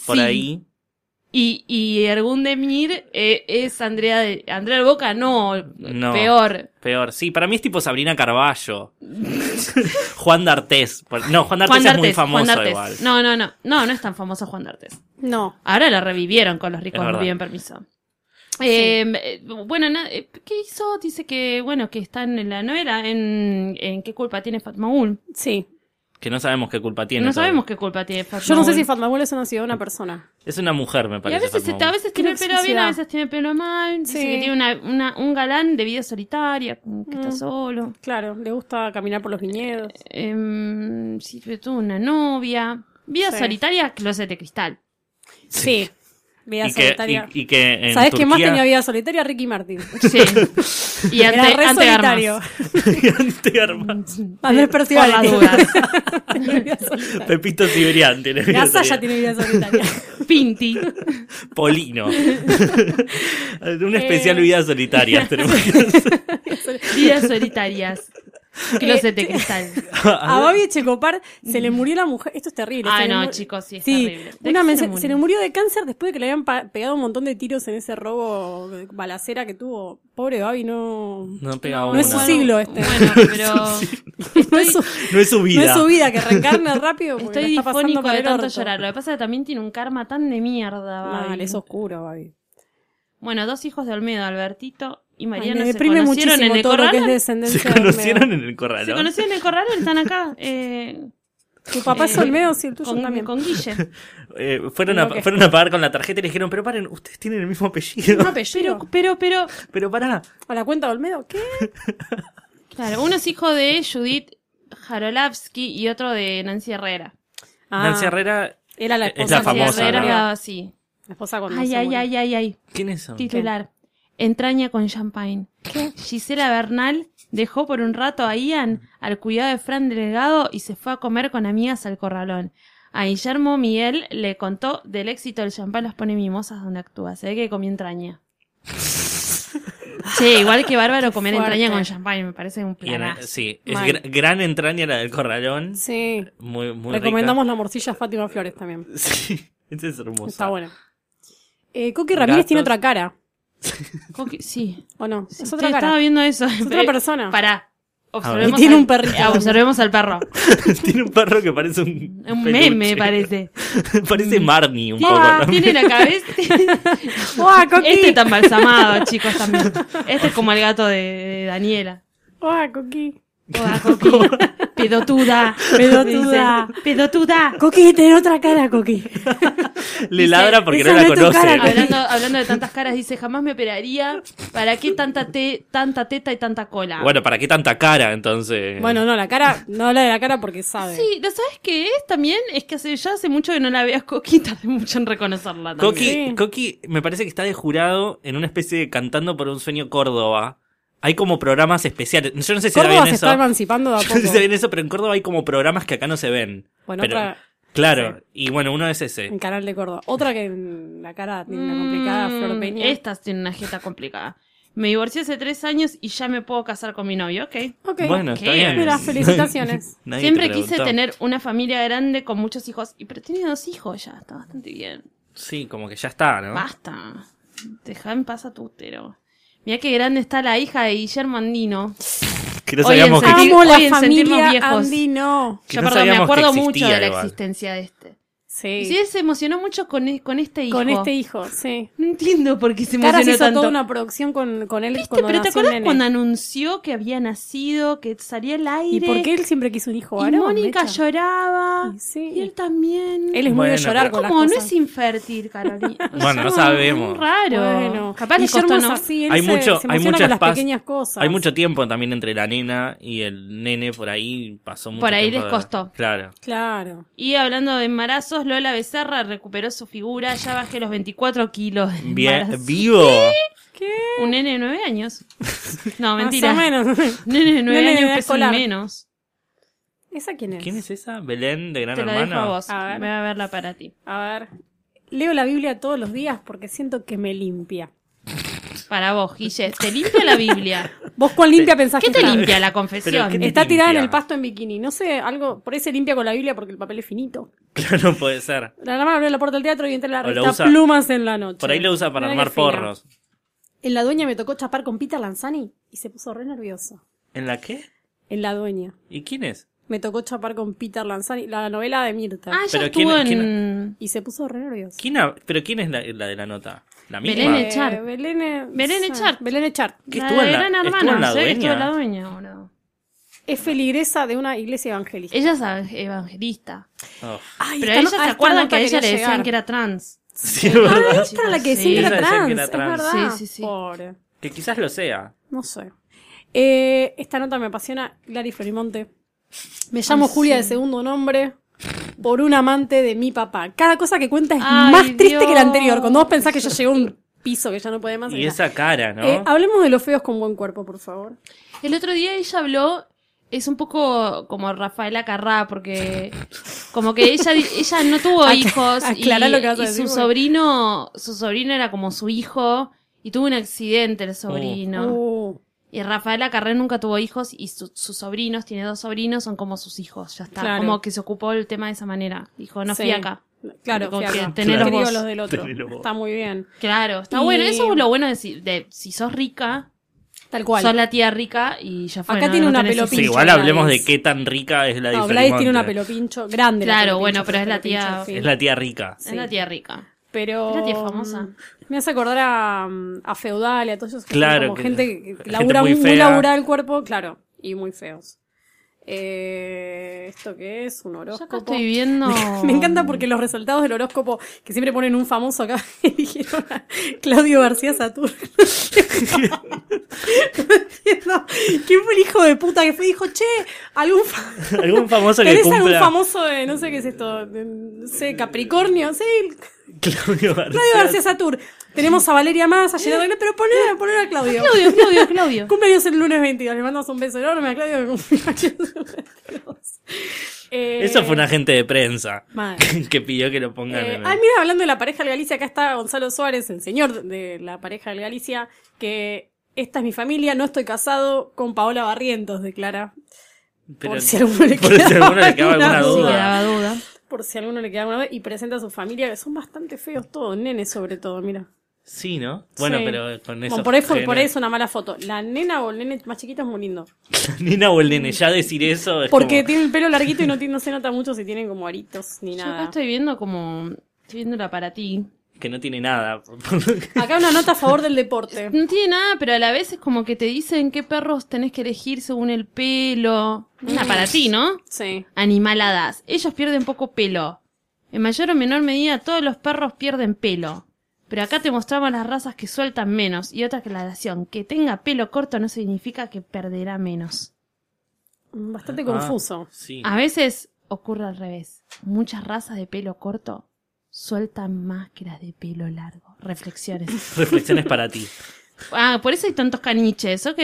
S4: por
S3: Sí.
S4: ahí.
S3: Y, y Ergundemir eh, es Andrea de, Andrea del Boca, no,
S4: No.
S3: peor.
S4: Peor. Sí, para mí es tipo Sabrina Carballo. Juan D'Artés. por- No, Juan D'Artés
S3: Juan
S4: es muy
S3: D'Artes, Juan
S4: famoso
S3: D'Artes.
S4: igual.
S3: No, no, no, no, no es tan famoso Juan D'Artes.
S5: No.
S3: Ahora lo revivieron con los
S4: Es
S3: ricos,
S4: verdad.
S3: no piden permiso. Eh, eh, bueno, na- eh, ¿qué hizo? Dice que, bueno, que está en la novela, en, en qué culpa tiene Fatmaul.
S5: Sí.
S4: Que no sabemos qué culpa tiene.
S3: No
S4: todavía.
S3: sabemos qué culpa tiene Fatmaul.
S5: Yo no sé si Fatmagul es una ciudad o una persona.
S4: Es una mujer, me
S3: Y
S4: parece.
S3: a veces,
S4: Fatma
S3: está- a veces tiene el
S5: Creo que
S3: pelo
S5: sí,
S3: bien,
S5: sí,
S3: a
S5: da.
S3: veces tiene el pelo mal. Dice
S5: Sí. Mm.
S3: que tiene una, una- un galán de vida solitaria, como que está solo.
S5: Claro, le gusta caminar por los viñedos.
S3: Em, sí, pero tuvo una novia. Vida
S5: Sí.
S3: solitaria, closet de cristal.
S5: Sí. Vida
S4: y que,
S5: solitaria.
S4: y- y que en Turquía...
S5: ¿Sabes quién más tenía vida solitaria? Ricky Martin.
S3: Sí. Y ante,
S5: Era re
S3: ante armas.
S5: solitario.
S4: Ante armas.
S5: Andrés
S3: Por
S5: Percival.
S3: las dudas.
S5: Tenía vida solitaria.
S4: Pepito Siberián tiene vida
S5: Gasalla
S4: solitaria.
S5: tiene vida solitaria.
S3: Pinti.
S4: Polino. Un especial vida solitaria. tenemos que
S3: Vidas solitarias. Closet de cristal.
S5: A Babi Checopar se le murió la mujer. Esto es terrible.
S3: Ah,
S5: se le
S3: no,
S5: mu-
S3: chicos, sí, es terrible. ¿De
S5: Una
S3: qué
S5: men-
S3: se le
S5: se,
S3: murió?
S5: le murió de cáncer después de que le habían pa- pegado un montón de tiros en ese robo eh, balacera que tuvo. Pobre Babi, no.
S4: No pega
S5: no
S4: una.
S5: es su siglo este.
S3: Bueno, pero
S5: no, es su,
S4: No es su vida.
S5: no es su vida que reencarna rápido. porque
S3: estoy
S5: la está pasando
S3: difónico
S5: para
S3: de
S5: el
S3: tanto
S5: orto.
S3: llorar. Lo que pasa es que también tiene un karma tan de mierda. Babi.
S5: Mal, es oscuro, Babi.
S3: Bueno, dos hijos de Olmedo, Albertito y
S5: Ay,
S3: Mariano,
S5: me
S3: se
S5: deprime
S3: conocieron
S5: muchísimo
S3: en el
S5: todo lo que es
S3: corral.
S5: de
S4: Se
S5: descendencia. de Olmedo.
S4: conocieron en el corral.
S3: Se conocieron en el corral, están acá. Eh,
S5: Tu papá es
S3: Eh,
S5: Olmedo, sí, el tuyo
S3: con,
S5: también.
S3: con Guille.
S4: Eh, fueron, a,
S5: Creo que-
S4: fueron a pagar con la tarjeta y le dijeron, pero paren, ustedes tienen el mismo apellido.
S5: Un apellido.
S3: Pero, pero, pero,
S4: Pero pará.
S5: ¿A la cuenta de Olmedo? ¿Qué?
S3: claro, uno es hijo de Judith Jarolavsky y otro de Nancy Herrera.
S5: Ah.
S4: Nancy Herrera,
S5: Era la
S4: Es
S5: esposa.
S4: la
S5: de
S3: Nancy
S4: famosa,
S3: Herrera,
S4: ¿no?
S3: la- sí.
S5: La esposa cuando
S3: Ay,
S5: se
S3: ay,
S5: murió.
S3: ay, ay, ay.
S4: ¿quién es eso?
S3: Titular. Entraña con champagne. Gisela Bernal dejó por un rato a Ian al cuidado de Fran Delgado y se fue a comer con amigas al corralón. A Guillermo Miguel le contó del éxito del champán Las Pone Mimosas donde actúa. Se ve que comió entraña. Sí, igual que bárbaro comer
S5: fuerte.
S3: entraña con champagne, me parece un
S4: Y en-
S3: planazo.
S4: sí, es
S5: Mal.
S4: gra- gran entraña la del corralón.
S5: Sí.
S4: Muy, muy rica.
S5: Recomendamos la morcilla Fátima Flores también.
S4: Sí, esa es hermosa.
S5: Está buena. Eh, Coqui Ramírez
S4: Gatos.
S5: tiene otra cara,
S3: Coqui- Sí.
S5: ¿o no? Es
S3: Sí,
S5: otra cara.
S3: Estaba viendo eso.
S5: Es otra persona.
S3: Pará.
S4: ver.
S3: Observemos
S5: Y tiene
S3: al-
S5: un perrito.
S3: Observemos al perro.
S4: Tiene un perro que parece un.
S3: Un
S4: peluche.
S3: meme, parece.
S4: parece
S5: Mm.
S4: Marnie un poco
S3: Ah,
S4: también.
S3: tiene la cabeza.
S5: ¡Uah, Coqui!
S3: Este está embalsamado, chicos, también. Este es como el gato de, de Daniela.
S5: ¡Uah, Ah, Coqui!
S3: Hola, Coqui. Pedotuda.
S5: Pedotuda.
S3: Dice, Pedotuda.
S5: Coqui, tiene otra cara, Coqui.
S4: Le ladra porque
S5: "Esa
S4: no la
S5: no es tu
S4: conoce.
S5: cara, Coqui".
S3: Hablando, hablando de tantas caras, dice, jamás me operaría. ¿Para qué tanta, te- tanta teta y tanta cola?
S4: Bueno, ¿para qué tanta cara entonces?
S5: Bueno, no, la cara, no habla de la cara porque sabe.
S3: Sí, ¿lo sabes qué es también? Es que hace, ya hace mucho que no la veas Coqui, tardé mucho en reconocerla también.
S4: Coqui,
S5: Sí.
S4: Coqui me parece que está de jurado en una especie de cantando por un sueño Córdoba. Hay como programas especiales. Yo no sé si era
S5: Córdoba
S4: bien
S5: se
S4: eso.
S5: está emancipando de a
S4: Yo no sé si era
S5: poco.
S4: bien eso, pero en Córdoba hay como programas que acá no se ven.
S5: Bueno,
S4: Pero- eh.
S5: otra
S4: Claro, y bueno, uno es
S5: en
S4: ese.
S5: Canal de Córdoba. Otra que en la cara tiene una complicada
S3: Mm,
S5: Flor Peña.
S3: Esta tiene una jeta complicada. Me divorcié hace tres años y ya me puedo casar con mi novio, ok.
S5: Ok.
S4: Bueno, está bien.
S5: Mira, felicitaciones.
S4: Nadie te
S3: Siempre quise
S4: preguntó.
S3: tener una familia grande con muchos hijos, y pero tiene dos hijos ya, está bastante bien.
S4: Sí, como que ya está, ¿no?
S3: Basta. Deja en paz a tu útero. Mirá qué grande está la hija de Guillermo Andino.
S4: Que no
S3: Hoy en
S4: sabíamos que
S3: Sentir-
S5: Amo la
S3: hoy en sentirnos
S5: familia
S3: Ah, viejos.
S5: Andino.
S4: Que
S3: Yo, perdón,
S4: no
S3: me
S4: sabíamos que
S3: acuerdo
S4: existía
S3: mucho de la
S4: igual.
S3: existencia de este.
S5: Sí.
S3: Y sí, se emocionó mucho con, e- con este hijo.
S5: Con este hijo, sí.
S3: No entiendo por qué se
S5: Caras
S3: emocionó
S5: hizo
S3: tanto.
S5: toda una producción con, con él
S3: ¿Viste?
S5: cuando
S3: Pero ¿te
S5: nació
S3: acuerdas
S5: el nene.
S3: cuando anunció que había nacido, que salía al aire?
S5: ¿Y por qué él siempre quiso un hijo
S3: Y
S5: varón?
S3: Mónica
S5: Mecha?
S3: lloraba.
S5: Y sí.
S3: Y él también.
S5: Él es muy
S4: Bueno,
S5: de llorar
S4: pero-
S5: con las
S3: Como no
S5: cosas.
S3: es infértil, Carolina.
S4: Bueno, no
S3: Es
S4: sabemos.
S3: Raro.
S5: Bueno,
S3: Capaz le
S5: Guillermo
S3: costó,
S5: es
S3: ¿no?
S5: así, él
S4: Hay
S5: se-
S4: mucho-
S5: se
S4: hay
S5: emociona
S4: mucho
S5: con las
S4: espacio-
S5: pequeñas cosas.
S4: Hay mucho tiempo también entre la nena y el nene por ahí pasó mucho
S3: Por ahí les
S4: tiempo de-
S3: costó.
S4: Claro.
S5: Claro.
S3: Y hablando de embarazos, Lola Becerra recuperó su figura. Ya bajé los 24 kilos. de
S4: Bien,
S3: embarazo.
S4: vivo.
S5: ¿Qué?
S3: Un nene de 9 años. No, mentira.
S5: Más o menos.
S3: Nene de 9
S5: Nene de
S3: años
S5: edad
S3: pesan
S5: escolar.
S3: menos.
S5: ¿Esa quién es?
S4: ¿Quién es esa? Belén de Gran
S3: Te la dejo a
S4: Hermano.
S3: vos.
S5: A ver.
S3: Voy a verla para ti.
S5: A ver. Leo la Biblia todos los días porque siento que me limpia.
S3: Para vos, Guille. Te limpia la Biblia.
S5: ¿Vos cuán limpia pensás
S3: ¿Qué
S5: que
S3: te
S5: está?
S3: limpia la
S4: Pero,
S3: confesión?
S4: ¿qué te
S5: Está tirada en
S4: limpia?
S5: el pasto en bikini. No sé, algo. Por ahí se limpia con la Biblia porque el papel es finito.
S4: Claro, no puede ser.
S5: La mamá abrió la puerta del teatro y entra la
S4: O lo
S5: revista
S4: usa-
S5: Plumas en la noche.
S4: Por ahí lo usa para
S5: Mirá qué
S4: armar
S5: fina.
S4: porros.
S5: En la dueña me tocó chapar con Peter Lanzani y se puso re nervioso.
S4: ¿En la qué?
S5: En la dueña.
S4: ¿Y quién es?
S5: Me tocó chapar con Peter Lanzani, la novela de Mirta.
S3: Ah, ya
S4: Pero
S3: estuvo
S4: ¿quién-
S3: en.
S5: Y se puso re nervioso.
S4: ¿Quién ha- ¿Pero quién es la, la de la nota? ¿La misma?
S3: Belén Echar.
S5: Belén, eh,
S3: Belén
S5: sí,
S3: Echar.
S5: Belén Echar.
S4: ¿Qué
S3: La
S4: estuvo
S3: de
S4: en la-
S3: Gran
S4: estuvo en
S3: Hermano,
S4: la
S3: sí, estuvo en
S4: dueña?
S3: la dueña, boludo.
S5: Es feligresa de una iglesia evangélica.
S3: Ella es evan- evangelista.
S4: Oh,
S5: Ay,
S3: Pero
S5: esta
S3: ella
S5: no- ah,
S3: se
S5: esta
S3: acuerda que
S5: nota
S3: a ella
S5: quería
S3: le decían
S5: llegar.
S3: que era trans.
S4: sí, ¿verdad?
S5: Ah, esta era la que
S3: Sí.
S5: decían que
S4: Ella
S5: era
S4: decía
S5: trans,
S4: que era
S5: es
S4: trans.
S5: verdad.
S3: Sí, sí, sí.
S5: Pobre.
S4: Que quizás lo sea.
S5: No sé. Eh, esta nota me apasiona. Clary Florimonte. Me llamo Julia de segundo nombre por un amante de mi papá. Cada cosa que cuenta es
S3: Ay,
S5: más triste que la
S3: Dios.
S5: anterior. Cuando vos pensás que ya llegó a un piso que ya no puede más.
S4: Y
S5: ya.
S4: esa cara, ¿no?
S5: Eh, hablemos de los feos con buen cuerpo, por favor.
S3: El otro día ella habló, es un poco como Rafaela Carrá, porque como que ella, ella no tuvo
S5: Ac-
S3: hijos y,
S5: aclará lo que vas a
S3: y
S5: decir,
S3: su
S5: porque-
S3: sobrino, su sobrino era como su hijo y tuvo un accidente el sobrino.
S5: Uh,
S3: Y Rafaela Carré nunca tuvo hijos y su- sus sobrinos, tiene dos sobrinos, son como sus hijos, ya está.
S5: Claro.
S3: Como que se ocupó el tema de esa manera. Dijo, no
S5: Sí.
S3: fui acá.
S5: claro,
S3: Como
S5: fíjate.
S3: que tener
S5: Los
S3: vos.
S5: críos los del otro.
S4: Tener vos.
S5: Está muy bien.
S3: Claro, está
S5: Y-
S3: bueno. Eso es lo bueno de si, de si sos rica,
S5: Tal cual.
S3: sos la tía rica y ya fue.
S5: Acá
S3: no-
S5: tiene
S3: no
S5: una
S3: tenés
S5: pelopincha.
S4: Sí, igual hablemos de
S5: Gladys.
S4: qué tan rica es la de
S5: no, Gladys tiene una
S4: Felimonte.
S5: pelopincho grande. la
S3: Claro,
S5: pelopincho,
S3: bueno, pero es la tía-
S5: pelopincho, en fin.
S4: Es la tía rica.
S3: Es la tía rica.
S5: Pero.
S3: Era tía famosa.
S5: mm, Me hace acordar a, mm, a Feudal y a todos esos. que son
S4: Claro,
S5: como
S4: que-
S5: gente que
S4: gente
S5: labura
S4: muy
S5: muy, muy
S4: fea.
S5: laburada el cuerpo, claro. Y muy feos. Eh, ¿Esto qué es? ¿Un
S3: Yo acá
S5: horóscopo?
S3: estoy viendo.
S5: Me encanta porque los resultados del horóscopo, que siempre ponen un famoso acá, y dijeron a Claudio García Saturno. No, ¿Quién fue el hijo de puta que fue? y Dijo, che, algún, fa-
S4: Algún famoso que
S5: ¿tenés algún
S4: cumpla
S5: famoso de, no sé qué es esto, de, no sé, Capricornio? Sí,
S4: Claudio García.
S5: Claudio García Satur. Tenemos a Valeria Massa, a Gerardo Iglesias, pero poner, poner a Claudio.
S3: Claudio, Claudio, Claudio.
S5: Cumpleaños el lunes 22. Le mandamos un beso enorme a Claudio que cumpleaños el lunes 22. Eh,
S4: Eso fue un agente de prensa
S5: Madre.
S4: que pidió que lo pongan
S5: Eh,
S4: en el-
S5: ay, mira, hablando de la pareja de Galicia, acá está Gonzalo Suárez, el señor de la pareja de Galicia, que Esta es mi familia, no estoy casado con Paola Barrientos, declara.
S4: Pero-
S5: por si a alguno le
S4: por si a
S5: quedaba
S4: alguno le quedaba alguna
S5: alguna
S3: Sí,
S5: duda.
S4: duda.
S3: quedaba duda.
S5: Por si alguno le queda alguna vez. Y presenta a su familia, que son bastante feos todos, nenes sobre todo, mira.
S4: Sí, ¿no? Bueno,
S5: Sí.
S4: pero con eso.
S5: Bueno, por, ahí fue- por ahí es una mala foto. La nena o el nene más chiquito es muy lindo.
S4: Nena o el nene, ya decir eso. Es
S5: Porque
S4: como-
S5: tiene el pelo larguito y no, tiene- no se nota mucho si tienen como aritos ni
S3: Yo acá
S5: nada.
S3: estoy viendo como. Estoy viéndola para ti.
S4: que no tiene nada.
S5: Acá una nota a favor del deporte.
S3: No tiene nada, pero a la vez es como que te dicen qué perros tenés que elegir según el pelo. Una para ti, ¿no?
S5: Sí.
S3: Animaladas. Ellos pierden poco pelo. En mayor o menor medida todos los perros pierden pelo. Pero acá te mostramos las razas que sueltan menos. Y otra aclaración, que tenga pelo corto no significa que perderá menos.
S5: Bastante confuso.
S4: Ah, sí.
S3: A veces ocurre al revés. Muchas razas de pelo corto sueltan más que las de pelo largo. Reflexiones.
S4: Reflexiones para ti.
S3: Ah, por eso hay tantos caniches, ok.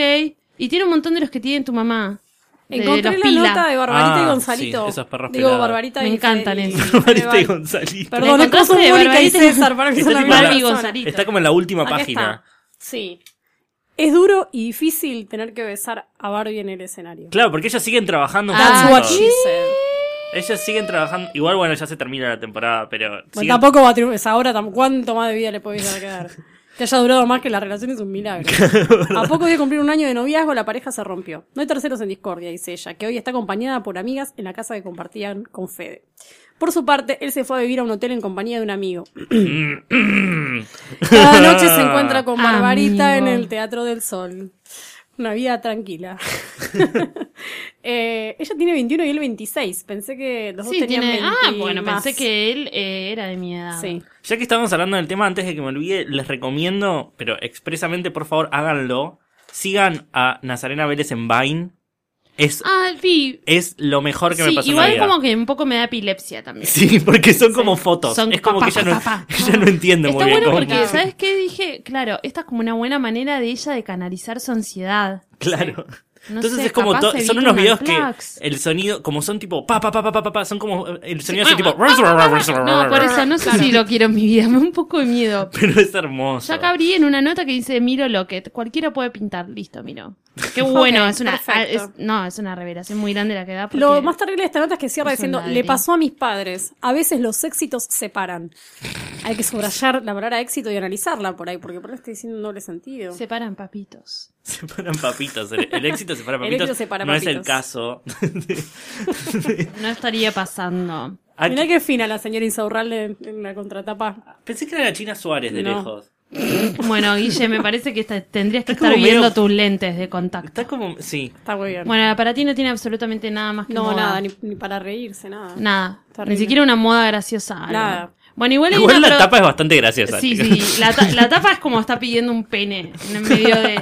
S3: Y tiene un montón de los que tiene tu mamá. De
S5: Encontré
S3: los
S5: la
S3: pila.
S5: nota de Barbarita y
S4: Ah,
S5: Gonzalito.
S4: sí, esos perros
S5: Digo,
S4: pelados.
S5: Barbarita y
S3: Me encantan
S5: y-
S3: esos.
S4: Marita y
S5: Bar-
S4: Gonzalito.
S5: Perdón,
S3: Me
S5: no
S3: encontraste
S5: son
S3: de
S5: Mónica y
S3: Barbarita y-
S5: César para que
S4: Está
S5: son la
S4: tipo
S5: misma
S4: la-
S3: Barbie
S5: persona.
S3: Gonzalito.
S4: Está como en la última
S5: Acá
S4: página.
S5: está. Sí. Es duro y difícil tener que besar a Barbie en el escenario.
S4: Claro, porque ellos siguen trabajando
S3: Ah,
S5: That's what
S4: juntos.
S5: she said.
S4: Ellos siguen trabajando. Igual, bueno, ya se termina la temporada, pero.
S5: Bueno,
S4: siguen-
S5: tampoco va a triunfar. esa hora, tam- ¿cuánto más de vida le podéis llegar a quedar? Que haya durado más que la relación es un milagro. a poco de cumplir un año de noviazgo, la pareja se rompió. No hay terceros en discordia, dice ella, que hoy está acompañada por amigas en la casa que compartían con Fede. Por su parte, él se fue a vivir a un hotel en compañía de un amigo. Cada noche se encuentra con Barbarita
S3: Ah, Amigo.
S5: en el Teatro del Sol. Una vida tranquila. Eh, ella tiene 21 y él 26. Pensé que los dos
S3: Sí,
S5: tenían
S3: tiene.
S5: 20
S3: Ah,
S5: y
S3: bueno,
S5: más.
S3: pensé que él eh, era de mi edad.
S5: Sí.
S4: Ya que estamos hablando del tema, antes de que me olvide, les recomiendo, pero expresamente, por favor, háganlo. Sigan a Nazarena Vélez en Vine. Es,
S3: Ah, vi.
S4: es lo mejor que me
S3: Sí,
S4: pasó
S3: igual
S4: en la vida.
S3: como que un poco me da epilepsia también.
S4: Sí, porque son como fotos.
S3: Son
S4: es como
S3: pa,
S4: que
S3: pa,
S4: ya no,
S3: pa, pa.
S4: ya no entiendo
S3: Está
S4: muy bien
S3: bueno
S4: cómo
S3: porque,
S5: funciona.
S3: ¿sabes qué? Dije, claro, esta es como una buena manera de ella de canalizar su ansiedad.
S4: Claro.
S3: No
S4: Entonces
S3: sé,
S4: es como
S3: capaz
S4: to-
S3: se
S4: son
S3: evita
S4: unos
S3: un
S4: videos que
S3: unplugs.
S4: el sonido, como son tipo pa pa pa pa pa pa, pa, son como el sonido
S3: Sí,
S4: hace tipo
S3: No, por eso no sé si lo quiero en mi vida, me da un poco de miedo.
S4: pero es hermoso.
S3: Ya acá abrí en una nota que dice Miro Locket, cualquiera puede pintar, listo, Miro. Qué bueno,
S5: Ok,
S3: es una ah,
S5: perfecto.
S3: es- no, es una revelación muy grande la que da porque
S5: Lo más terrible de esta nota es que cierra
S3: es un
S5: diciendo,
S3: ladrillo.
S5: le pasó a mis padres. A veces los éxitos separan. Hay que subrayar la palabra éxito y analizarla por ahí, porque por ahí estoy diciendo un doble sentido.
S3: separan papitos.
S4: Se paran papitos. El, el éxito se para
S5: El
S4: papitos.
S5: éxito se para
S4: no es el
S5: papitos.
S4: caso.
S3: No estaría pasando.
S4: Aquí-
S5: Mirá qué fina la señora Insaurralde en la contratapa.
S4: Pensé que era la China Suárez de
S5: No.
S4: lejos.
S3: Bueno, Guille, me parece que esta- tendrías que
S4: Está
S3: estar
S4: como medio-
S3: viendo tus lentes de contacto.
S4: Está como. Sí.
S5: Está muy bien.
S3: Bueno, para ti no tiene absolutamente nada más que
S5: no,
S3: moda.
S5: nada, ni, ni para reírse, nada.
S3: Nada.
S5: Terrible.
S3: Ni siquiera una moda graciosa. algo.
S5: Nada.
S3: Bueno, igual hay
S4: Igual
S3: una
S4: la
S3: pro-
S4: tapa es bastante graciosa.
S3: Sí,
S4: tipo.
S3: sí. La, ta- la tapa es como está pidiendo un pene en el medio de.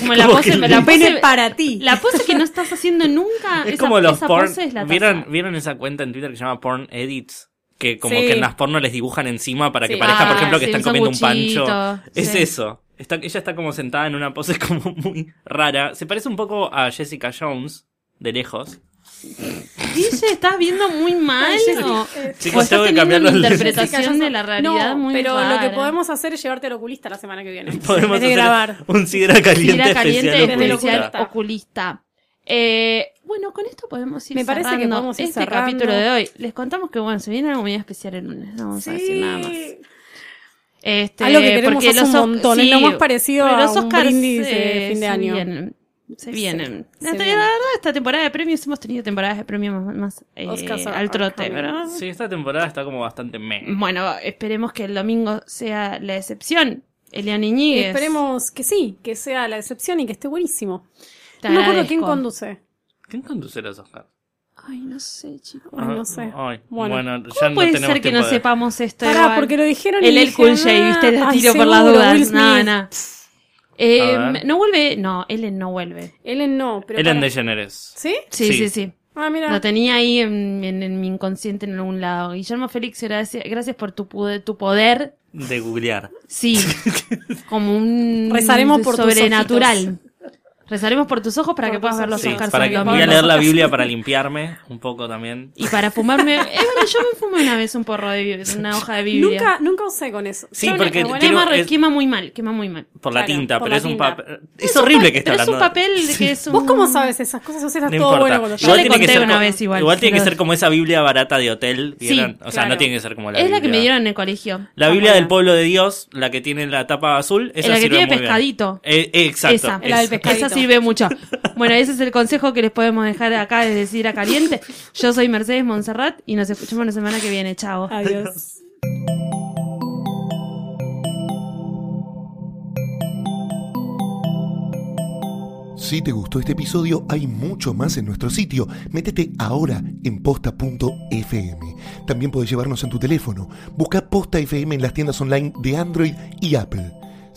S3: Como la
S4: Como
S3: pose.
S4: que
S3: la
S4: el
S3: pose-
S5: pene para ti.
S3: La pose que no estás haciendo nunca.
S4: Es
S3: Ah, esa-
S4: como los
S3: esa
S4: porn.
S3: pose es la taza.
S4: ¿Vieron, ¿Vieron esa cuenta en Twitter que se llama Porn Edits? Que como
S5: Sí.
S4: que en las porno les dibujan encima para que
S5: Sí.
S4: parezca, por
S5: Ah,
S4: ejemplo, que
S3: sí,
S4: están
S3: un
S4: comiendo un
S3: sanguchito,
S4: pancho. Es
S3: sí.
S4: eso. Está, ella está como sentada en una pose como muy rara. Se parece un poco a Jessica Jones, de lejos.
S3: Guille, estás viendo muy mal.
S5: Ay, Jessy,
S3: o-
S5: eh,
S4: Chicos,
S3: o estás
S4: tengo que
S3: teniendo
S4: cambiar
S3: una
S4: los lentes.
S3: interpretación de la realidad
S5: no,
S3: muy
S5: pero lo que
S3: rara.
S5: podemos hacer es llevarte al oculista la semana que viene.
S4: Podemos
S5: En vez de
S4: hacer
S5: grabar.
S4: un sidra caliente,
S3: Sidra caliente
S4: especial
S5: desde el
S4: oculista.
S5: oculista.
S3: oculista. Eh, bueno, con esto podemos ir
S5: Me parece que
S3: cerrando
S5: podemos ir
S3: este
S5: cerrando.
S3: capítulo de hoy. Les contamos que bueno, se viene algo muy especial el lunes, no vamos a decir
S5: Sí.
S3: nada más. Este,
S5: Algo que queremos
S3: porque
S5: hace un
S3: Os-
S5: montón, es lo más parecido
S3: pero
S5: a
S3: los
S5: un
S3: Oscars,
S5: brindis de
S3: eh,
S5: fin de
S3: se
S5: año.
S3: vienen, se vienen.
S5: se
S3: la, la
S5: vienen.
S3: verdad, esta temporada de premios hemos tenido temporadas de premios más, más, eh,
S5: Oscars are-
S3: al trote,
S5: are coming.
S3: ¿verdad?
S4: Sí, esta temporada está como bastante meh.
S3: Bueno, esperemos que el domingo sea la excepción. Elian Iñiguez.
S5: Esperemos que sí, que sea la excepción y que esté buenísimo.
S3: Te
S5: no me acuerdo
S3: agradezco.
S5: quién conduce.
S4: ¿Quién conduce los Oscars?
S3: Ay, no sé, chicos.
S5: Ay,
S4: Ah,
S5: no sé.
S4: Ay, bueno,
S5: Bueno.
S4: ya
S3: ¿Cómo
S4: no
S3: puede
S4: tenemos
S3: ser que
S4: tiempo
S3: no
S4: de-
S3: sepamos esto?
S5: Pará,
S3: igual?
S5: porque lo dijeron
S3: El
S5: y
S3: El
S5: dije,
S3: Cool J,
S5: ah,
S3: ¿viste? Las
S5: ay,
S3: tiro por las
S5: seguro, Will
S3: dudas.
S5: Smith.
S3: No, no. Eh,
S4: A ver.
S3: no vuelve. No, Ellen no vuelve.
S5: Ellen no, pero
S4: Ellen
S5: para-
S4: DeGeneres.
S5: ¿Sí?
S3: Sí, sí,
S4: Sí.
S3: sí.
S5: Ah, mira.
S3: Lo tenía ahí en, en- en mi inconsciente en algún lado. Guillermo Félix, gracias, gracias por tu, pude- tu poder.
S4: De googlear.
S3: Sí. Como un.
S5: Rezaremos por tus
S3: Sobrenatural. Rezaremos por tus ojos para
S5: Por
S3: que puedas
S5: tus
S3: ver los
S5: ojos.
S4: Sí,
S3: Oscars.
S4: para
S3: hoy,
S4: que
S3: Pablo.
S4: voy a leer la Biblia para limpiarme un poco también.
S3: Y para fumarme. Es verdad, yo me fumé una vez un porro de Biblia, una hoja de Biblia.
S5: Nunca, nunca usé con eso.
S4: Sí,
S5: Yo no-
S4: porque
S5: no, bueno,
S3: Quema,
S4: quiero-
S3: re-
S4: es-
S3: quema muy mal, quema muy mal.
S4: Por la
S5: Claro,
S4: tinta,
S5: por
S4: pero
S5: la
S4: es un
S5: tinta.
S4: papel. Es horrible que esté
S3: Pero es
S4: hablando.
S3: un papel que es un.
S5: ¿Vos cómo sabes esas cosas? O sea, estás
S4: No
S5: todo
S4: importa.
S5: bueno con los
S3: Yo le
S4: tiene que
S3: conté
S4: ser
S3: una
S4: como-
S3: vez igual,
S4: Igual tiene que
S3: pero-
S4: ser como esa Biblia barata de hotel.
S3: Sí,
S4: ¿vieron? o sea,
S5: claro.
S4: no tiene que ser como la
S3: es
S4: Biblia.
S3: la que me dieron en el colegio.
S4: La Biblia del
S5: Ojalá.
S4: pueblo de Dios, la que tiene la tapa azul, esa
S3: la que
S4: sirve
S3: tiene
S4: muy bien.
S3: pescadito.
S4: Eh, eh, exacto.
S3: Esa.
S5: La del
S4: esa.
S5: pescadito.
S3: Esa sirve mucho. Bueno, ese es el consejo que les podemos dejar acá desde Sidra Caliente. Yo soy Mercedes Montserrat y nos escuchamos la semana que viene. Chao.
S5: Adiós.
S1: Si te gustó este episodio, hay mucho más en nuestro sitio. Métete ahora en posta.fm. También puedes llevarnos en tu teléfono. Busca Posta FM en las tiendas online de Android y Apple.